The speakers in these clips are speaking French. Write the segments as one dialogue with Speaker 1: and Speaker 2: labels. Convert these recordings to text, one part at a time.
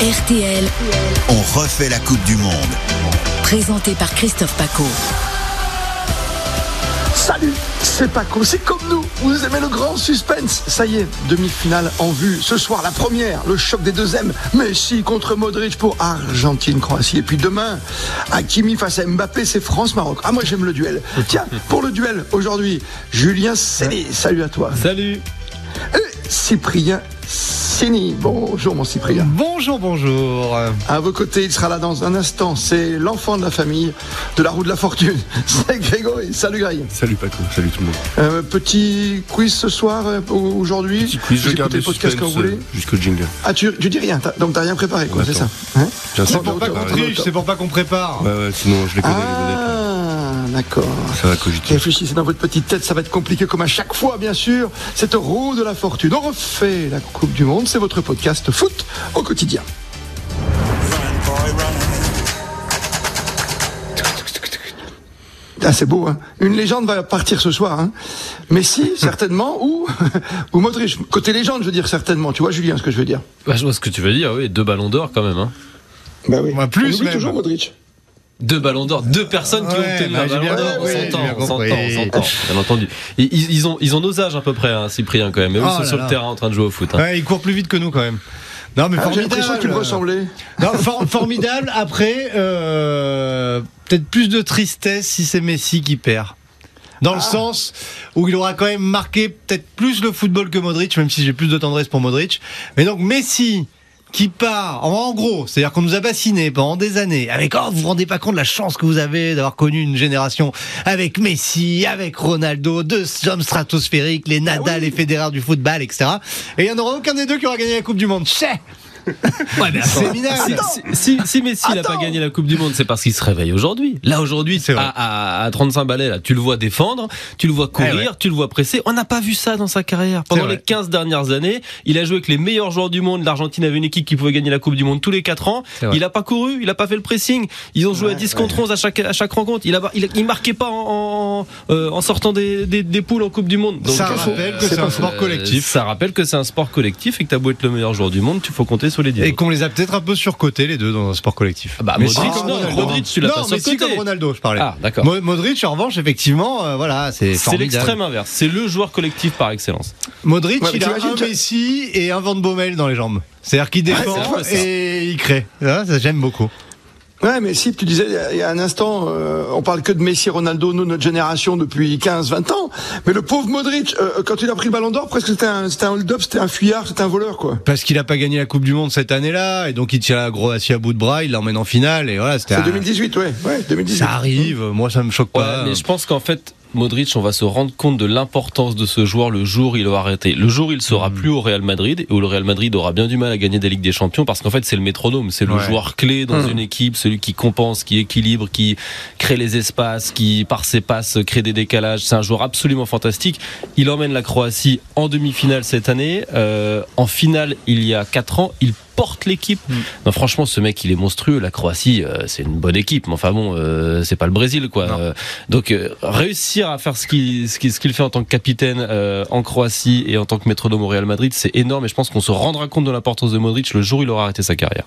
Speaker 1: RTL,
Speaker 2: On refait la Coupe du Monde.
Speaker 1: présenté par Christophe Paco.
Speaker 3: Salut, c'est Paco, c'est comme nous, vous aimez le grand suspense. Ça y est, demi-finale en vue. Ce soir, la première, le choc des deux M. Messi contre Modric pour Argentine-Croatie. Et puis demain, Hakimi face à Mbappé, c'est France-Maroc. Ah, moi j'aime le duel. Tiens, pour le duel, aujourd'hui, Julien Céné, salut à toi.
Speaker 4: Salut
Speaker 3: Et Cyprien Céni, bonjour mon Cyprien.
Speaker 4: Bonjour, bonjour
Speaker 3: À vos côtés, il sera là dans un instant. C'est l'enfant de la famille, de la roue de la fortune. C'est Grégory. Salut Grégory.
Speaker 5: Salut Paco, salut tout le monde.
Speaker 3: Euh, petit quiz ce soir, euh, au- aujourd'hui.
Speaker 5: Petit quiz, je
Speaker 3: Vous
Speaker 5: garde
Speaker 3: écoutez
Speaker 5: le
Speaker 3: le podcast quand vous
Speaker 5: suspense euh,
Speaker 3: voulez.
Speaker 5: jusqu'au jingle.
Speaker 3: Ah, tu, tu dis rien, t'as- donc t'as rien préparé, quoi,
Speaker 5: Ouais,
Speaker 3: c'est ça
Speaker 5: attends.
Speaker 3: hein
Speaker 5: J'insiste
Speaker 3: pour pas
Speaker 5: de
Speaker 3: qu'on
Speaker 5: parler.
Speaker 3: triche.
Speaker 4: c'est pour pas qu'on prépare
Speaker 5: Ouais, ouais, sinon je les connais les vedettes. hein.
Speaker 3: Ah, d'accord.
Speaker 5: Ça va cogiter.
Speaker 3: Réfléchissez dans votre petite tête, ça va être compliqué comme à chaque fois, bien sûr. Cette roue de la fortune. On refait la Coupe du Monde, c'est votre podcast foot au quotidien. Ah, c'est beau, hein. Une légende va partir ce soir, hein. Messi, certainement, ou, ou Modric. Côté légende, je veux dire, certainement. Tu vois, Julien, ce que je veux dire.
Speaker 6: Bah, je vois ce que tu veux dire, oui. Deux ballons d'or quand même. Hein.
Speaker 3: Bah oui.
Speaker 4: Ouais,
Speaker 3: On
Speaker 4: plus
Speaker 3: oublie
Speaker 4: même.
Speaker 3: toujours Modric.
Speaker 6: Deux ballons d'or, deux personnes qui
Speaker 4: Ouais,
Speaker 6: ont obtenu un
Speaker 4: bah, j'ai
Speaker 6: ballon
Speaker 4: bien
Speaker 6: d'or. On
Speaker 4: compris, j'ai
Speaker 6: s'entend,
Speaker 4: bien
Speaker 6: on s'entend,
Speaker 4: compris.
Speaker 6: on s'entend, bien entendu. Et ils, ils ont, ils ont nos âges à peu près, hein, Cyprien quand même. Mais eux,
Speaker 4: Oh
Speaker 6: ils sont
Speaker 4: là
Speaker 6: sur
Speaker 4: là.
Speaker 6: le terrain en train de jouer au foot. hein.
Speaker 4: Ouais, il court plus vite que nous quand même. Non mais
Speaker 3: Ah, J'ai l'impression
Speaker 4: formidable
Speaker 3: qu'il me ressemblait.
Speaker 4: Non, for- Formidable, après, euh, peut-être plus de tristesse si c'est Messi qui perd. Dans le sens où il aura quand même marqué peut-être plus le football que Modric, même si j'ai plus de tendresse pour Modric. Mais donc Messi qui part, en, en gros, c'est-à-dire qu'on nous a bassinés pendant des années avec, oh, vous vous rendez pas compte de la chance que vous avez d'avoir connu une génération avec Messi, avec Ronaldo, deux hommes stratosphériques, les Nadal, les Federer du football, etc. Et il n'y en aura aucun des deux qui aura gagné la Coupe du Monde. Chais C'est minable.
Speaker 6: Si, si- si Messi n'a pas gagné la Coupe du Monde, c'est parce qu'il se réveille aujourd'hui. Là, aujourd'hui,
Speaker 4: C'est vrai.
Speaker 6: à, à- à 35 balais, là, tu le vois défendre, tu le vois courir,
Speaker 4: Eh ouais.
Speaker 6: tu le vois presser. On n'a pas vu ça dans sa carrière. Pendant
Speaker 4: C'est
Speaker 6: les
Speaker 4: vrai.
Speaker 6: 15 dernières années, il a joué avec les meilleurs joueurs du monde. L'Argentine avait une équipe qui pouvait gagner la Coupe du Monde tous les 4 ans.
Speaker 4: vrai.
Speaker 6: Il n'a pas couru, il n'a pas fait le pressing. Ils ont joué à 10 contre 11 à chaque, à chaque rencontre. Il ne il, il marquait pas en, en, euh, en sortant des, des- des poules en Coupe du Monde. Donc,
Speaker 4: Ça
Speaker 6: euh,
Speaker 4: rappelle que c'est un sport
Speaker 6: euh,
Speaker 4: collectif.
Speaker 6: Ça rappelle que c'est un sport collectif et que tu as beau être le meilleur joueur du monde, tu faut compter sur les 10
Speaker 4: Et qu'on les a peut-être un peu surcotés les deux dans un sport collectif.
Speaker 6: Ah bah,
Speaker 4: Mais
Speaker 6: Modric,
Speaker 4: si,
Speaker 6: non, Modric, tu l'as
Speaker 4: Non,
Speaker 6: pas
Speaker 4: mais si,
Speaker 6: surcoté.
Speaker 4: comme Ronaldo, je parlais.
Speaker 6: Ah, d'accord.
Speaker 4: Mo- Modric, en revanche, effectivement, euh, voilà, c'est
Speaker 6: C'est
Speaker 4: formidable.
Speaker 6: l'extrême inverse. C'est le joueur collectif par excellence.
Speaker 4: Modric,
Speaker 3: Ouais, mais
Speaker 4: il a
Speaker 3: t'imagines
Speaker 4: un
Speaker 3: que-
Speaker 4: Messi et un Van Bommel dans les jambes. C'est-à-dire qu'il défend
Speaker 6: Ah c'est vrai, ça.
Speaker 4: et il crée. Ah, ça, j'aime beaucoup.
Speaker 3: Ouais, mais si tu disais il y a un instant, euh, on parle que de Messi, Ronaldo, nous, notre génération depuis 15, 20 ans. Mais le pauvre Modric, euh, quand il a pris le ballon d'or, presque c'était un, c'était un hold-up, c'était un fuyard, c'était un voleur, quoi.
Speaker 4: Parce qu'il a pas gagné la Coupe du Monde cette année-là, et donc il tient la Croatie à bout de bras, il l'emmène en finale, et voilà, c'était
Speaker 6: Ah.
Speaker 3: C'est
Speaker 4: un-
Speaker 3: 2018, ouais, ouais, 2018.
Speaker 4: Ça arrive, moi ça me choque
Speaker 6: Ouais,
Speaker 4: pas.
Speaker 6: mais je pense qu'en fait, Modric, on va se rendre compte de l'importance de ce joueur le jour où il aura arrêté. Le jour où il sera
Speaker 4: Mm.
Speaker 6: plus au Real Madrid et où le Real Madrid aura bien du mal à gagner des Ligues des Champions parce qu'en fait, c'est le métronome. C'est le
Speaker 4: Ouais.
Speaker 6: joueur clé dans une équipe, celui qui compense, qui équilibre, qui crée les espaces, qui, par ses passes, crée des décalages. C'est un joueur absolument fantastique. Il emmène la Croatie en demi-finale cette année. Euh, en finale, il y a 4 ans, il porte l'équipe. Non, franchement, ce mec, il est monstrueux. La Croatie, euh, c'est une bonne équipe, mais enfin bon, euh, c'est pas le Brésil, quoi. Euh, donc euh, réussir à faire ce qu'il ce qu'il- ce qu'il fait en tant que capitaine euh, en Croatie et en tant que métronome au Real Madrid, c'est énorme. Et je pense qu'on se rendra compte de l'importance de Modric le jour où il aura arrêté sa carrière.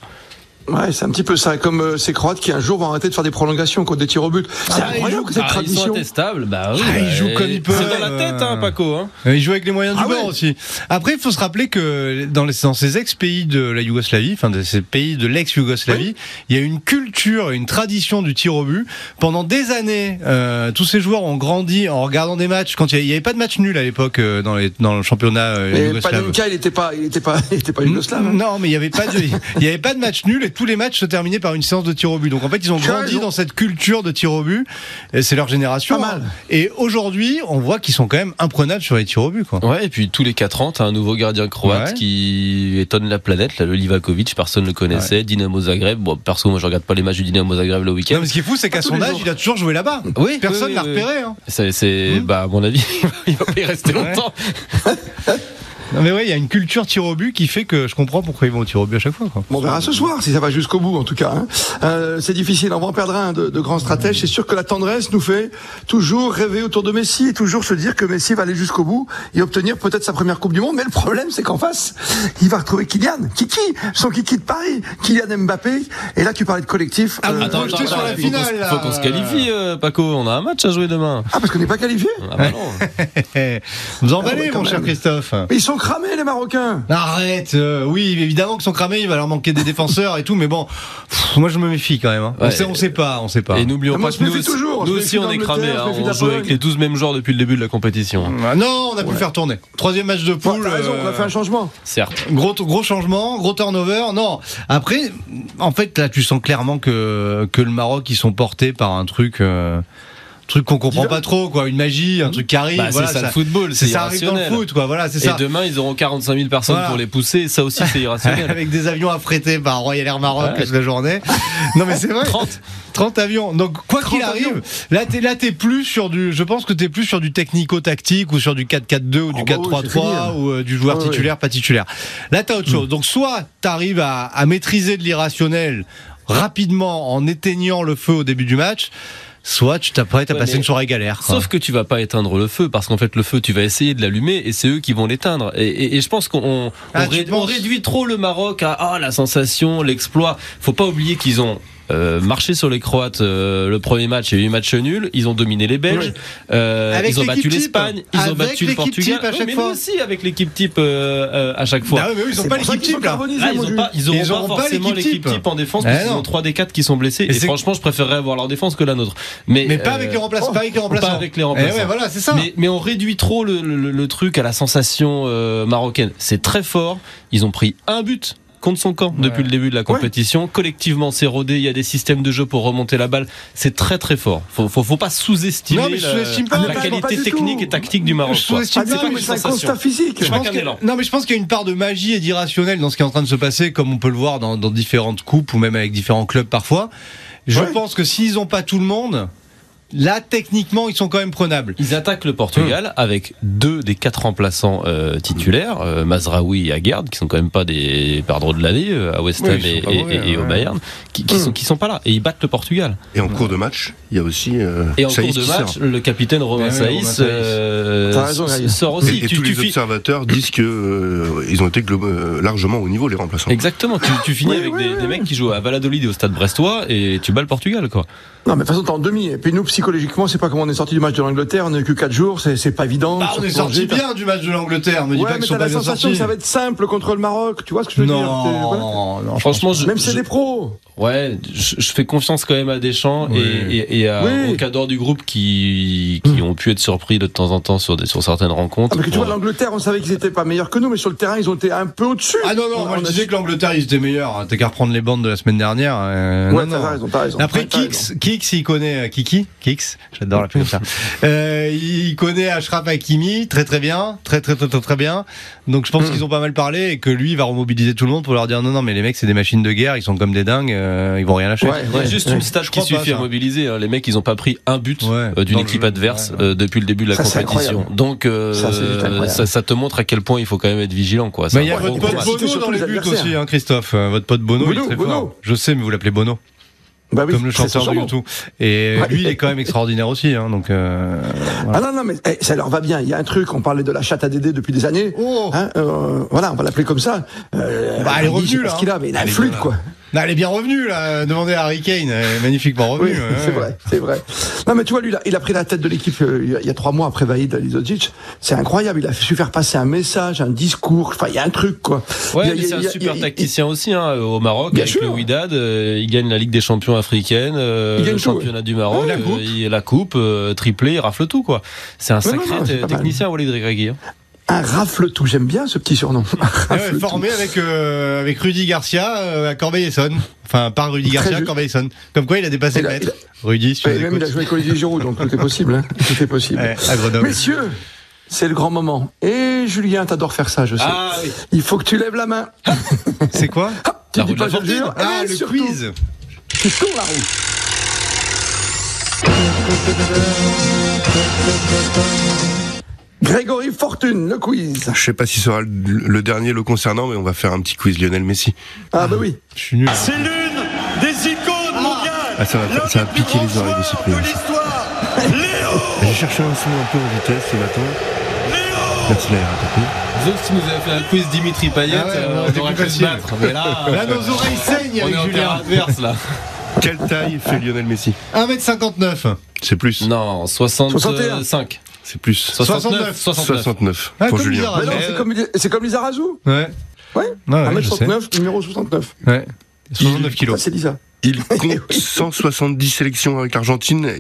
Speaker 3: Ouais, c'est un petit peu ça, comme euh, ces Croates qui un jour vont arrêter de faire des prolongations contre des tirs au but. C'est incroyable que cette
Speaker 6: Ah, Ils sont
Speaker 3: tradition.
Speaker 6: intestables. Bah, oui,
Speaker 4: Ah, ils
Speaker 6: bah,
Speaker 4: jouent comme ils peuvent.
Speaker 6: C'est dans la tête, hein, Paco. Hein.
Speaker 4: Euh, Il joue avec les moyens du
Speaker 3: Ah
Speaker 4: bord
Speaker 3: ouais.
Speaker 4: aussi. Après, il faut se rappeler que dans, les, dans ces ex-pays de la Yougoslavie, enfin de ces pays de l'ex-Yougoslavie, il y a une culture, et une tradition du tir au but. Pendant des années, euh, tous ces joueurs ont grandi en regardant des matchs. Quand il y a- il n'y avait pas de match nul à l'époque euh, dans, les- dans le championnat euh,
Speaker 3: Mais
Speaker 4: yougoslave. Hmm
Speaker 3: Panenka, il était pas, il était pas, il était
Speaker 6: Hmm.
Speaker 3: pas yougoslave. hein.
Speaker 4: Non, mais il n'y avait pas de, il y avait pas de match nul et tous les matchs se terminaient par une séance de tir au but. Donc en fait, ils ont
Speaker 3: Tu as
Speaker 4: grandi
Speaker 3: raison.
Speaker 4: dans cette culture de tir au but. Et C'est leur génération.
Speaker 3: Pas mal.
Speaker 4: hein. Et aujourd'hui, on voit qu'ils sont quand même imprenables sur les tirs au but. Quoi.
Speaker 6: Ouais, et puis tous les 4 ans, t'as un nouveau gardien croate
Speaker 4: Ouais.
Speaker 6: qui étonne la planète. Là, le Livakovic, personne le connaissait. Dynamo Zagreb. Bon, perso, moi, je regarde pas les matchs du Dynamo Zagreb le week-end.
Speaker 4: Non, mais ce qui est fou, c'est qu'à
Speaker 3: tous
Speaker 4: son
Speaker 3: les
Speaker 4: âge,
Speaker 3: jours.
Speaker 4: il a toujours joué là-bas.
Speaker 6: Oui,
Speaker 4: Personne
Speaker 6: oui,
Speaker 4: l'a
Speaker 6: oui, oui.
Speaker 4: repéré. Hein.
Speaker 6: Mmh. C'est, c'est,
Speaker 4: Hmm.
Speaker 6: bah, à mon avis, il va pas y rester
Speaker 4: Ouais.
Speaker 6: longtemps.
Speaker 4: Non, mais ouais, il y a une culture tir au but qui fait que je comprends pourquoi ils vont au tir au but à chaque fois. quoi.
Speaker 3: Bon, on verra ce soir si ça va jusqu'au bout en tout cas. hein. Euh, c'est difficile, on va en perdre un de, de grands stratèges. C'est sûr que la tendresse nous fait toujours rêver autour de Messi et toujours se dire que Messi va aller jusqu'au bout et obtenir peut-être sa première Coupe du Monde. Mais le problème, c'est qu'en face, il va retrouver Kylian, Kiki, son Kiki de Paris, Kylian Mbappé. Et là, tu parlais de collectif. Euh,
Speaker 4: Ah,
Speaker 6: Attends,
Speaker 4: Projeté
Speaker 6: attends,
Speaker 4: sur la
Speaker 6: attends, faut
Speaker 4: finale,
Speaker 6: qu'on se-
Speaker 4: là.
Speaker 6: Faut qu'on se qualifie, euh, Paco. On a un match à jouer demain.
Speaker 3: Ah, parce qu'on n'est pas qualifié
Speaker 6: Ah bah non.
Speaker 4: Eh, Vous emballez,
Speaker 3: Ah ouais, quand
Speaker 4: mon cher
Speaker 3: même.
Speaker 4: Christophe.
Speaker 3: Mais ils sont cramés les Marocains.
Speaker 4: Arrête, euh, oui, évidemment que sont cramés, il va leur manquer des défenseurs et tout, mais bon, pff, moi je me méfie quand même. hein. On,
Speaker 6: Ouais.
Speaker 4: sait, on sait pas, on sait pas.
Speaker 6: Et n'oublions
Speaker 3: Ah, moi,
Speaker 6: pas
Speaker 3: je
Speaker 6: que
Speaker 3: me
Speaker 6: nous
Speaker 3: fie
Speaker 6: aussi,
Speaker 3: toujours, je
Speaker 6: nous
Speaker 3: me
Speaker 6: aussi,
Speaker 3: fie
Speaker 6: on est
Speaker 3: d'Angleterre, je
Speaker 6: cramés.
Speaker 3: me
Speaker 6: hein.
Speaker 3: fie de
Speaker 6: On
Speaker 3: la
Speaker 6: joue avec
Speaker 3: Pologne.
Speaker 6: les 12 mêmes joueurs depuis le début de la compétition. hein.
Speaker 4: Ah Non, on a pu le faire tourner. Troisième match de
Speaker 3: Ouais,
Speaker 4: poule.
Speaker 3: T'as raison, on a
Speaker 4: euh,
Speaker 3: fait un changement.
Speaker 6: Certes.
Speaker 4: Gros, gros changement, gros turnover. Non. Après, en fait, là, tu sens clairement que, que le Maroc, ils sont portés par un truc, euh, truc qu'on comprend
Speaker 3: Divin.
Speaker 4: pas trop, quoi. Une magie, un truc qui arrive.
Speaker 6: Bah,
Speaker 4: voilà,
Speaker 6: c'est ça, le football,
Speaker 4: c'est
Speaker 6: c'est
Speaker 4: ça arrive dans le
Speaker 6: irrationnel.
Speaker 4: foot, quoi. Voilà, c'est
Speaker 6: Et
Speaker 4: ça.
Speaker 6: demain, ils auront 45 000 personnes
Speaker 4: Voilà.
Speaker 6: pour les pousser. Ça aussi, c'est irrationnel.
Speaker 4: Avec des avions Bah, affrétés par Royal Air Maroc
Speaker 6: Ouais.
Speaker 4: toute la journée. non, mais c'est vrai.
Speaker 6: 30.
Speaker 4: 30 avions. Donc, quoi qu'il
Speaker 3: 30 avions.
Speaker 4: arrive, là, t'es, là, t'es plus sur du, je pense que t'es plus sur du technico-tactique ou sur du 4-4-2 ou du
Speaker 3: Ah bah oui,
Speaker 4: 4-3-3
Speaker 3: c'est fini, hein.
Speaker 4: ou euh, du joueur
Speaker 3: Ah oui.
Speaker 4: titulaire, pas titulaire. Là, t'as autre chose. Donc, soit t'arrives à, à maîtriser de l'irrationnel rapidement en éteignant le feu au début du match, soit tu t'apprêtes à
Speaker 6: Ouais,
Speaker 4: passer
Speaker 6: mais-
Speaker 4: une soirée galère. quoi.
Speaker 6: Sauf que tu vas pas éteindre le feu parce qu'en fait le feu tu vas essayer de l'allumer et c'est eux qui vont l'éteindre et, et- et je pense qu'on on-
Speaker 4: Ah,
Speaker 6: on
Speaker 4: tu
Speaker 6: ré-
Speaker 4: penses
Speaker 6: on réduit trop le Maroc à ah, la sensation l'exploit faut pas oublier qu'ils ont euh, marché sur les Croates euh, le premier match il y a eu match nul ils ont dominé les Belges euh,
Speaker 4: Avec
Speaker 6: ils ont
Speaker 4: l'équipe
Speaker 6: battu
Speaker 4: type.
Speaker 6: l'Espagne ils ont
Speaker 4: Avec
Speaker 6: battu le
Speaker 4: l'équipe
Speaker 6: Portugal
Speaker 4: type à
Speaker 6: Oui,
Speaker 4: chaque
Speaker 6: mais
Speaker 4: fois.
Speaker 6: nous aussi avec l'équipe type euh, euh, à chaque fois
Speaker 4: Ah ouais, mais eux, ils ont
Speaker 3: C'est
Speaker 4: pas
Speaker 3: pour ça
Speaker 4: l'équipe
Speaker 3: qu'ils sont
Speaker 4: type, là.
Speaker 3: carbonisés,
Speaker 6: Là, ils
Speaker 3: mon
Speaker 6: n'auront
Speaker 3: Dieu.
Speaker 6: pas, ils
Speaker 4: Ils
Speaker 6: auront
Speaker 4: auront
Speaker 6: pas
Speaker 4: pas
Speaker 6: forcément
Speaker 4: l'équipe
Speaker 6: l'équipe
Speaker 4: type.
Speaker 6: type en défense,
Speaker 4: Eh
Speaker 6: parce qu'ils
Speaker 4: non.
Speaker 6: ont trois des quatre qui sont blessés.
Speaker 4: Mais
Speaker 6: Et
Speaker 4: c'est-
Speaker 6: franchement, je préférerais avoir leur défense que la nôtre. Mais,
Speaker 4: Mais pas
Speaker 6: euh,
Speaker 4: avec les remplaçants, pas avec les
Speaker 6: pas
Speaker 4: remplaçants.
Speaker 6: avec les remplaçants.
Speaker 4: Eh ouais, voilà, c'est ça.
Speaker 6: Mais, mais on réduit trop le, le- le truc à la sensation euh, marocaine. C'est très fort. Ils ont pris un but contre son camp depuis le début de la compétition. Collectivement, c'est rodé. Il y a des systèmes de jeu pour remonter la balle. C'est très très fort. Faut, faut, faut pas sous-estimer
Speaker 4: Non, mais je
Speaker 6: la,
Speaker 4: sous-estime pas,
Speaker 6: la
Speaker 4: mais pas-
Speaker 3: pas
Speaker 6: qualité
Speaker 3: du
Speaker 6: technique
Speaker 3: tout.
Speaker 6: et tactique du Maroc.
Speaker 4: Je
Speaker 6: quoi.
Speaker 3: Ah,
Speaker 4: sous-estime
Speaker 6: C'est
Speaker 4: pas,
Speaker 6: pas
Speaker 4: mais
Speaker 6: une
Speaker 3: c'est un
Speaker 6: sensation.
Speaker 3: constat physique.
Speaker 6: Je
Speaker 4: Je pense
Speaker 6: Chacun
Speaker 4: que-
Speaker 6: est lent.
Speaker 4: non, mais je pense qu'il y a une part de magie et d'irrationnel dans ce qui est en train de se passer, comme on peut le voir dans, dans différentes coupes ou même avec différents clubs parfois. Je
Speaker 3: Ouais.
Speaker 4: pense que s'ils n'ont pas tout le monde, là, techniquement, ils sont quand même prenables.
Speaker 6: Ils attaquent le Portugal avec deux des quatre remplaçants euh, titulaires, euh, Mazraoui et Agard, qui sont quand même pas des perdreaux de l'année euh, à West
Speaker 4: Oui,
Speaker 6: Ham
Speaker 4: ils
Speaker 6: et,
Speaker 4: sont pas
Speaker 6: et-
Speaker 4: mauvais,
Speaker 6: et- et au
Speaker 4: ouais.
Speaker 6: Bayern, qui, qui sont qui sont pas là et ils battent le Portugal.
Speaker 5: Et en cours de match, il y a aussi. euh,
Speaker 6: Et en
Speaker 5: Saïs
Speaker 6: cours de
Speaker 5: qui
Speaker 6: match,
Speaker 5: sort.
Speaker 6: le capitaine Romain
Speaker 4: Mais oui, Romain
Speaker 6: Saïs
Speaker 4: Saïs.
Speaker 6: euh,
Speaker 3: T'as raison,
Speaker 6: s-
Speaker 3: Gaël.
Speaker 6: sort
Speaker 5: Et-
Speaker 6: aussi.
Speaker 5: Et,
Speaker 6: Tu-
Speaker 5: tous
Speaker 6: tu
Speaker 5: les
Speaker 6: fi-
Speaker 5: observateurs disent que euh, ils ont été glo- euh, largement au niveau les remplaçants.
Speaker 6: Exactement, tu, tu finis avec des, des mecs qui jouent à Valladolid et au stade brestois et tu bats le Portugal quoi.
Speaker 3: Non, mais de toute façon, t'es en demi. Et puis nous, psychologiquement, c'est pas comment on est sorti du match de l'Angleterre. On a eu que 4 jours, c'est c'est pas évident.
Speaker 4: Bah, on est sorti bien du match de l'Angleterre, me dis
Speaker 3: Ouais,
Speaker 4: pas
Speaker 3: mais
Speaker 4: qu'ils sont
Speaker 3: t'as
Speaker 4: pas
Speaker 3: la
Speaker 4: bien
Speaker 3: sensation que
Speaker 4: sortis.
Speaker 3: ça va être simple contre le Maroc. Tu vois ce que je veux dire T'es- voilà.
Speaker 4: Non, non,
Speaker 6: Franchement, je,
Speaker 3: Même si c'est
Speaker 6: je-
Speaker 3: des pros.
Speaker 6: Ouais, je, je fais confiance quand même à Deschamps
Speaker 4: Oui. Hmm.
Speaker 6: et, et, et à,
Speaker 3: Oui.
Speaker 6: aux cadors du groupe qui, qui ont pu être surpris de temps en temps sur, des, sur certaines rencontres.
Speaker 3: Ah, parce que tu vois,
Speaker 6: Bon,
Speaker 3: l'Angleterre, on savait qu'ils étaient pas meilleurs que nous, mais sur le terrain, ils ont été un peu au-dessus.
Speaker 4: Ah non, non, moi
Speaker 3: On
Speaker 4: je
Speaker 3: a-
Speaker 4: disais que l'Angleterre, ils étaient meilleurs. hein. T'as qu'à reprendre les bandes de la semaine dernière. euh,
Speaker 3: Ouais,
Speaker 4: non,
Speaker 3: t'as
Speaker 4: non.
Speaker 3: raison, t'as raison.
Speaker 4: Après,
Speaker 3: Ouais, t'as raison.
Speaker 4: Kix, Kix, il connaît euh, Kiki, Kix, j'adore l'appeler comme ça. Euh, il connaît Ashraf Hakimi très très bien, très très très très, très bien. Donc je pense qu'ils ont pas mal parlé et que lui il va remobiliser tout le monde pour leur dire non non mais les mecs c'est des machines de guerre, ils sont comme des dingues, euh, ils vont rien lâcher.
Speaker 3: Ouais,
Speaker 6: il y a
Speaker 3: ouais.
Speaker 6: juste une stat
Speaker 4: Je
Speaker 6: qui
Speaker 4: crois pas,
Speaker 6: suffit à
Speaker 4: ça.
Speaker 6: mobiliser. hein. Les mecs, ils ont pas pris un but
Speaker 4: Ouais,
Speaker 6: euh, d'une
Speaker 4: dans le
Speaker 6: équipe
Speaker 4: jeu.
Speaker 6: adverse
Speaker 4: Ouais, ouais.
Speaker 6: euh, depuis le début de la
Speaker 3: Ça, c'est
Speaker 6: compétition.
Speaker 3: incroyable.
Speaker 6: Donc, euh,
Speaker 3: Ça, c'est juste incroyable.
Speaker 6: ça- ça te montre à quel point il faut quand même être vigilant. Quoi. C'est
Speaker 4: Mais il y a
Speaker 6: un gros
Speaker 4: votre
Speaker 3: Ouais,
Speaker 6: gros
Speaker 4: pote
Speaker 3: mais
Speaker 6: match.
Speaker 4: Bono
Speaker 3: surtout
Speaker 4: dans les
Speaker 3: les
Speaker 4: buts
Speaker 3: adversaires.
Speaker 4: aussi, hein, Christophe. Euh, Votre pote Bono, il est
Speaker 3: Bono,
Speaker 4: très
Speaker 3: Bono.
Speaker 4: fort. Je sais, mais vous l'appelez Bono,
Speaker 3: Bah oui,
Speaker 4: comme le
Speaker 3: c'est
Speaker 4: chanteur
Speaker 3: son
Speaker 4: de
Speaker 3: nom.
Speaker 4: YouTube. Et euh,
Speaker 3: Ouais.
Speaker 4: lui, il est quand même extraordinaire aussi. Hein, donc, euh,
Speaker 3: Ah non, non, mais eh, ça leur va bien. Il y a un truc, on parlait de la chatte à Dédé depuis des années.
Speaker 4: Oh.
Speaker 3: Hein, euh, voilà, on va l'appeler comme ça. Euh,
Speaker 4: Bah, elle est
Speaker 3: Andy, je sais
Speaker 4: revenue,
Speaker 3: pas
Speaker 4: là,
Speaker 3: ce qu'il a, mais il a un flûte, quoi.
Speaker 4: Non, elle est bien revenue là. Demandez à Harry Kane, elle est magnifiquement
Speaker 3: Oui,
Speaker 4: revenue. hein. ouais,
Speaker 3: c'est
Speaker 4: ouais.
Speaker 3: vrai, c'est vrai. Non, mais tu vois, lui, il a, il a pris la tête de l'équipe euh, il y a- il y a trois mois après Vaïd Alizodzic. C'est incroyable. Il a su faire passer un message, un discours. Enfin, il y a un truc, quoi. Il y
Speaker 6: Ouais,
Speaker 3: a-
Speaker 6: mais
Speaker 3: il y a-
Speaker 6: c'est un
Speaker 3: il y a-
Speaker 6: super
Speaker 3: il y a-
Speaker 6: tacticien aussi hein, au Maroc
Speaker 3: Bien
Speaker 6: avec
Speaker 3: sûr.
Speaker 6: le Wydad. euh, il gagne la Ligue des Champions africaine, euh,
Speaker 3: Il gagne
Speaker 6: le
Speaker 3: tout,
Speaker 6: championnat du Maroc,
Speaker 4: Ouais, la
Speaker 6: euh,
Speaker 4: coupe.
Speaker 6: il- la coupe, euh, triplé, il rafle tout quoi. C'est un sacré
Speaker 3: non, non, c'est pas mal.
Speaker 6: technicien Walid Regragui. hein.
Speaker 3: Un rafle tout. J'aime bien ce petit surnom. Un
Speaker 4: Ah ouais,
Speaker 3: rafle-tout.
Speaker 4: formé avec, euh, avec Rudy Garcia euh, à Corbeil-Essonne. Enfin, par Rudy
Speaker 3: Très
Speaker 4: Garcia à
Speaker 3: ju-
Speaker 4: Corbeil-Essonne. Comme quoi, il a dépassé
Speaker 3: Il
Speaker 4: le
Speaker 3: a-
Speaker 4: maître. Rudy, si tu
Speaker 3: Ouais,
Speaker 4: nous
Speaker 3: même il a
Speaker 4: écoutes.
Speaker 3: joué avec Olivier Giroud, donc tout est possible. hein. Tout est possible.
Speaker 4: Ouais, à Grenoble.
Speaker 3: Messieurs, c'est le grand moment. Et Julien, t'adores faire ça, je sais.
Speaker 6: Ah oui.
Speaker 3: Il faut que tu lèves la main.
Speaker 4: C'est quoi
Speaker 3: Tu
Speaker 6: roue
Speaker 3: dis
Speaker 6: de
Speaker 3: pas
Speaker 6: la
Speaker 3: je le
Speaker 6: fortune.
Speaker 3: jure.
Speaker 4: Ah,
Speaker 3: Et
Speaker 4: le
Speaker 3: surtout,
Speaker 4: quiz
Speaker 3: Tu tournes la roue. Grégory Fortune, le quiz.
Speaker 5: Je sais pas si ce sera le- le dernier le concernant, mais on va faire un petit quiz Lionel Messi.
Speaker 3: Ah bah oui.
Speaker 4: Je suis nul.
Speaker 7: C'est l'une des icônes mondiales.
Speaker 5: Ah, ça va-
Speaker 7: L'un
Speaker 5: ça va
Speaker 7: des plus
Speaker 5: piquer les
Speaker 7: grands
Speaker 5: oreilles de ce
Speaker 7: joueurs
Speaker 5: pays, ça.
Speaker 7: l'histoire. Léo,
Speaker 5: J'ai cherché un son un peu en vitesse ce matin.
Speaker 7: Léo.
Speaker 5: Merci la RATP.
Speaker 6: Sauf si nous avait fait un quiz Dimitri Payet,
Speaker 4: Ah ouais,
Speaker 6: euh,
Speaker 4: on aurait
Speaker 6: on
Speaker 4: été
Speaker 6: aurait
Speaker 4: plus
Speaker 6: pu se
Speaker 4: facile.
Speaker 6: battre. Mais là,
Speaker 4: Là, nos oreilles saignent
Speaker 6: on est
Speaker 4: avec
Speaker 6: en terrain
Speaker 4: Julien.
Speaker 6: adverse là.
Speaker 5: Quelle taille fait Lionel Messi
Speaker 4: 1m59.
Speaker 5: C'est plus.
Speaker 6: Non, 65.
Speaker 3: 61.
Speaker 5: C'est plus.
Speaker 6: 69.
Speaker 4: 69.
Speaker 6: 69.
Speaker 5: 69
Speaker 4: Ah,
Speaker 5: pour
Speaker 4: comme
Speaker 5: Julien.
Speaker 4: Lira.
Speaker 3: Mais Bah non,
Speaker 4: mais-
Speaker 3: c'est comme, c'est comme Lisa Razou.
Speaker 4: Ouais.
Speaker 3: Ouais.
Speaker 4: Ouais, ouais, je sais.
Speaker 3: 1m69, numéro 69.
Speaker 4: Ouais. 69
Speaker 3: Ça,
Speaker 4: kilos.
Speaker 3: c'est Lisa.
Speaker 5: Il compte 170 sélections avec l'Argentine.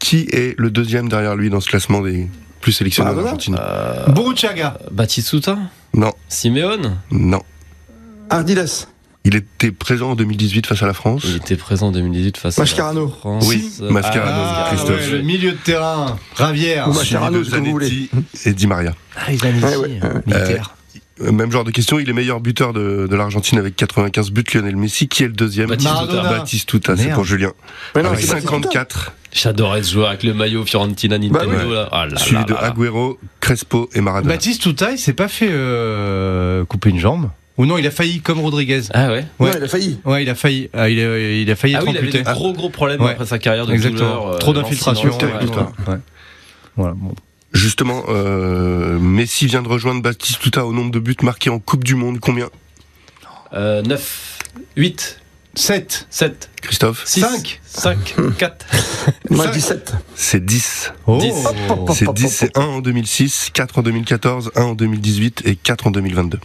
Speaker 5: Qui est le deuxième derrière lui dans ce classement des plus sélectionnés
Speaker 3: Ah,
Speaker 5: en
Speaker 3: voilà.
Speaker 5: Argentine
Speaker 4: Boruchaga.
Speaker 6: Batisuta
Speaker 5: Non,
Speaker 6: Simeone
Speaker 5: non.
Speaker 3: Ardiles.
Speaker 5: Il était présent en 2018 face à la France.
Speaker 6: Il était présent en 2018 face à
Speaker 3: Mascherano.
Speaker 6: la France.
Speaker 5: Oui,
Speaker 6: Euh,
Speaker 5: Mascherano,
Speaker 6: ah,
Speaker 5: Christophe.
Speaker 4: ouais, le milieu de terrain. Ravière.
Speaker 3: Ou Mascherano,
Speaker 5: Silvio
Speaker 3: ce que Bah, vous voulez.
Speaker 5: Zanetti et Di Maria.
Speaker 4: Ah, ils amis
Speaker 3: Ouais, ouais, ouais.
Speaker 5: militaire. Euh, Même genre de question, il est meilleur buteur de, de l'Argentine avec 95 buts, Lionel Messi. Qui est le deuxième
Speaker 6: Baptiste
Speaker 4: Maradona. Tuta.
Speaker 5: Baptiste Tuta, c'est
Speaker 4: Merde.
Speaker 5: pour Julien.
Speaker 3: Mais non,
Speaker 5: avec
Speaker 3: c'est pas
Speaker 5: 54,
Speaker 6: J'adorais ce joueur avec le maillot Fiorentina Nintendo.
Speaker 3: Bah
Speaker 5: oui.
Speaker 6: là. Ah là là
Speaker 5: suivi de
Speaker 6: là là.
Speaker 5: Agüero, Crespo et Maradona.
Speaker 4: Baptiste Touta, il s'est pas fait euh, couper une jambe. Ou non, il a failli comme Rodriguez.
Speaker 6: Ah ouais
Speaker 3: Non,
Speaker 4: Ouais.
Speaker 3: il a failli.
Speaker 4: Ouais, il a failli. ah, il, a, il a failli
Speaker 6: Ah
Speaker 4: être
Speaker 6: oui, il avait
Speaker 4: amputé.
Speaker 6: des gros gros problèmes
Speaker 4: Ouais.
Speaker 6: après sa carrière de
Speaker 4: Exactement.
Speaker 6: douleur. euh,
Speaker 4: Trop d'infiltration.
Speaker 6: lancinante,
Speaker 5: ouais,
Speaker 4: ouais. Ouais. Voilà. bon.
Speaker 5: Justement, euh, Messi vient de rejoindre Baptiste Tuta au nombre de buts marqués en Coupe du Monde. Combien
Speaker 6: Euh, 9, 8,
Speaker 4: 7.
Speaker 6: 7,
Speaker 5: Christophe
Speaker 6: 6,
Speaker 4: Cinq.
Speaker 6: 5, 4.
Speaker 3: Moi,
Speaker 4: Cinq.
Speaker 3: 17.
Speaker 5: C'est 10.
Speaker 4: Oh.
Speaker 6: Dix. Hop,
Speaker 3: hop, hop.
Speaker 5: C'est 10, c'est 1 en 2006, 4 en 2014, 1 en 2018 et 4 en 2022.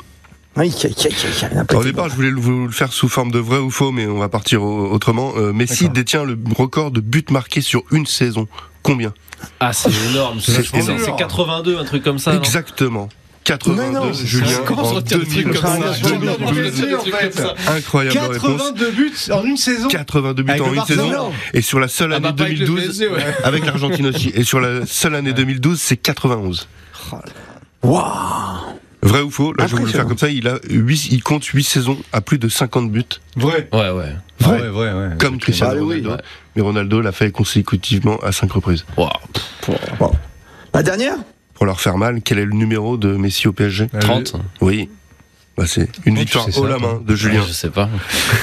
Speaker 3: Aïe, aïe, aïe, aïe, aïe, il a pas
Speaker 5: Alors, au
Speaker 3: été
Speaker 5: départ, je voulais le- vous le faire sous forme de vrai ou faux, mais on va partir au- autrement. Euh, Messi
Speaker 4: D'accord.
Speaker 5: détient le record de buts marqués sur une saison. Combien
Speaker 6: Ah, c'est énorme.
Speaker 5: C'est
Speaker 6: C'est c'est-
Speaker 5: énorme.
Speaker 6: c'est 82, un truc comme ça. non
Speaker 5: Exactement.
Speaker 3: Mais non,
Speaker 5: 82,
Speaker 3: c'est
Speaker 5: Julien,
Speaker 3: ça.
Speaker 6: Comment
Speaker 5: en
Speaker 6: sortir des trucs
Speaker 5: 2000,
Speaker 6: comme ça
Speaker 4: Je me demande
Speaker 5: 2012.
Speaker 4: si, en fait.
Speaker 5: Incroyable réponse.
Speaker 4: 82 buts en une saison.
Speaker 5: 82 buts
Speaker 4: Avec
Speaker 5: en
Speaker 4: le
Speaker 5: une
Speaker 4: Barcelone.
Speaker 5: saison. Et sur la seule
Speaker 6: Ah
Speaker 5: année
Speaker 6: bah, pas avec le
Speaker 5: 2012,
Speaker 6: PSG, ouais.
Speaker 5: avec l'Argentine aussi. Et sur la seule année 2012, c'est 91.
Speaker 3: Waouh
Speaker 5: Vrai ou faux Là, je vais vous le faire comme ça. Il, a huit- il compte 8 saisons à plus de 50 buts,
Speaker 4: Vrai.
Speaker 6: Ouais, ouais.
Speaker 5: Vrai.
Speaker 4: Ah ouais, vrai, ouais.
Speaker 5: comme Cristiano
Speaker 3: Ah oui,
Speaker 5: Ronaldo.
Speaker 6: ouais.
Speaker 5: Mais Ronaldo l'a fait consécutivement à 5 reprises.
Speaker 6: Wow.
Speaker 3: Euh, La dernière
Speaker 5: Pour leur faire mal, quel est le numéro de Messi au PSG
Speaker 4: Euh,
Speaker 6: 30
Speaker 5: Oui. Bah, c'est une
Speaker 4: Oh, tu
Speaker 5: victoire
Speaker 4: sais
Speaker 5: haut
Speaker 4: ça,
Speaker 5: la
Speaker 4: toi.
Speaker 5: main de Julien.
Speaker 6: Ouais, Je sais pas.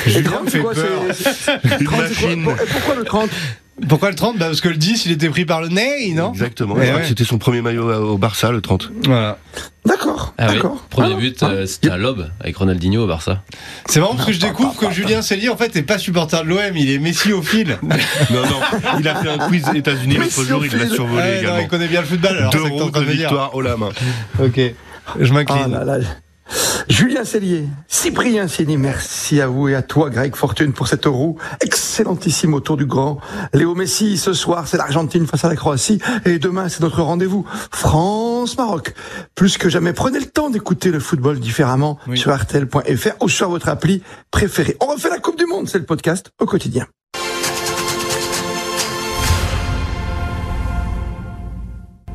Speaker 3: Et
Speaker 4: Julien
Speaker 3: 30,
Speaker 4: me
Speaker 3: c'est
Speaker 4: fait
Speaker 3: quoi
Speaker 4: peur.
Speaker 3: c'est- c'est-
Speaker 5: Une
Speaker 3: 30, c'est quoi
Speaker 5: machine.
Speaker 3: Pour- et Pourquoi le 30
Speaker 4: Pourquoi le 30 bah Parce que le 10, il était pris par le nez, non
Speaker 5: Exactement.
Speaker 4: Eh
Speaker 5: Je crois
Speaker 4: ouais.
Speaker 5: que C'était son premier maillot euh, au Barça, le 30.
Speaker 4: Voilà.
Speaker 3: D'accord,
Speaker 6: Ah oui.
Speaker 3: d'accord.
Speaker 6: Premier
Speaker 3: Ah,
Speaker 6: but,
Speaker 3: ah,
Speaker 6: euh, c'était un lob avec Ronaldinho au Barça.
Speaker 4: C'est marrant parce que je découvre que Julien Cellier, en fait, n'est pas supporter de l'OM, il est Messi au fil.
Speaker 5: Non, non, il a fait un quiz États-Unis
Speaker 3: Mais
Speaker 5: l'autre
Speaker 3: si
Speaker 5: jour,
Speaker 3: on
Speaker 5: il l'a
Speaker 3: fait-
Speaker 5: survolé
Speaker 4: Ouais, Eh, non,
Speaker 5: également.
Speaker 4: il connaît bien le football, alors
Speaker 5: Deux
Speaker 4: c'est que t'es en
Speaker 5: roues
Speaker 4: train
Speaker 5: de
Speaker 4: de me dire.
Speaker 5: victoire haut la main.
Speaker 4: Ok, je
Speaker 3: Ah
Speaker 4: m'incline.
Speaker 3: là là. Julien Cellier, Cyprien Cellier, merci à vous et à toi, Greg Fortune, pour cette roue excellentissime autour du grand. Léo Messi, ce soir, c'est l'Argentine face à la Croatie. Et demain, c'est notre rendez-vous. France-Maroc. Plus que jamais, prenez le temps d'écouter le football différemment
Speaker 4: Oui.
Speaker 3: sur artel.fr ou sur votre appli préférée. On refait la Coupe du Monde, c'est le podcast au quotidien.